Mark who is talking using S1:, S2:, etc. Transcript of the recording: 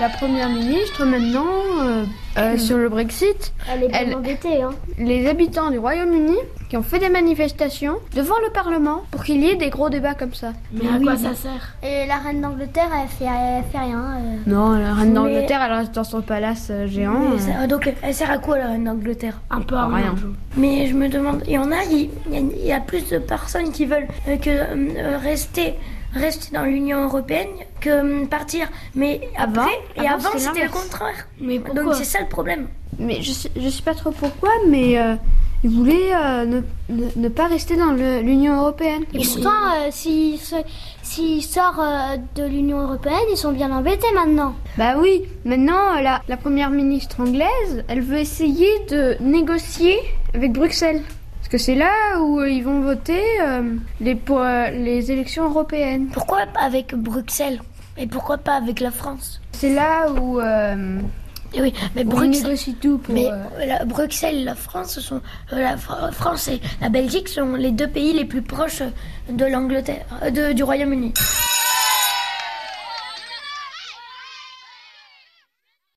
S1: La première ministre, maintenant, euh, euh, sur le Brexit,
S2: Elle est bien
S1: Elle-
S2: embêtée, hein.
S1: les habitants du Royaume-Uni qui ont fait des manifestations devant le Parlement pour qu'il y ait des gros débats comme ça.
S3: Mais à quoi ça sert
S2: Et la reine d'Angleterre, elle fait, elle fait rien. euh.
S1: Non, la reine
S3: Mais-
S1: d'Angleterre, elle reste dans son palace euh, géant.
S3: Mais
S1: euh,
S3: ça- Donc elle sert à quoi la reine d'Angleterre
S1: Un peu à rien.
S3: Mais je me demande, il y en a, il il y, a- il y a plus de personnes qui veulent euh, que euh, rester rester dans l'Union européenne que euh, partir. Mais
S1: Avant-
S3: après et
S1: avant,
S3: avant,
S1: c'était
S3: c'était le
S1: Ah l'inverse.
S3: contraire.
S1: Mais
S3: Donc c'est ça le problème.
S1: Mais je sais, je sais pas trop pourquoi, mais euh, ils voulaient euh, ne, ne- ne pas rester dans le- l'Union européenne.
S2: Et pourtant, euh, s'ils se- s'ils sortent euh, de l'Union Européenne, ils sont bien embêtés maintenant.
S1: Bah oui, maintenant euh, la, la première ministre anglaise, elle veut essayer de négocier avec Bruxelles. Parce que c'est là où euh, ils vont voter euh, les, pour euh, les élections européennes.
S3: Pourquoi avec Bruxelles et pourquoi pas avec la France
S1: C'est là où euh,
S3: Et oui, mais
S1: où ils
S3: Bruxelles.
S1: négocient tout pour...
S3: Mais
S1: euh,
S3: euh, la Bruxelles, la France ce sont euh, la Fr- France et la Belgique sont les deux pays les plus proches de l'Angleterre, euh, de- du Royaume-Uni.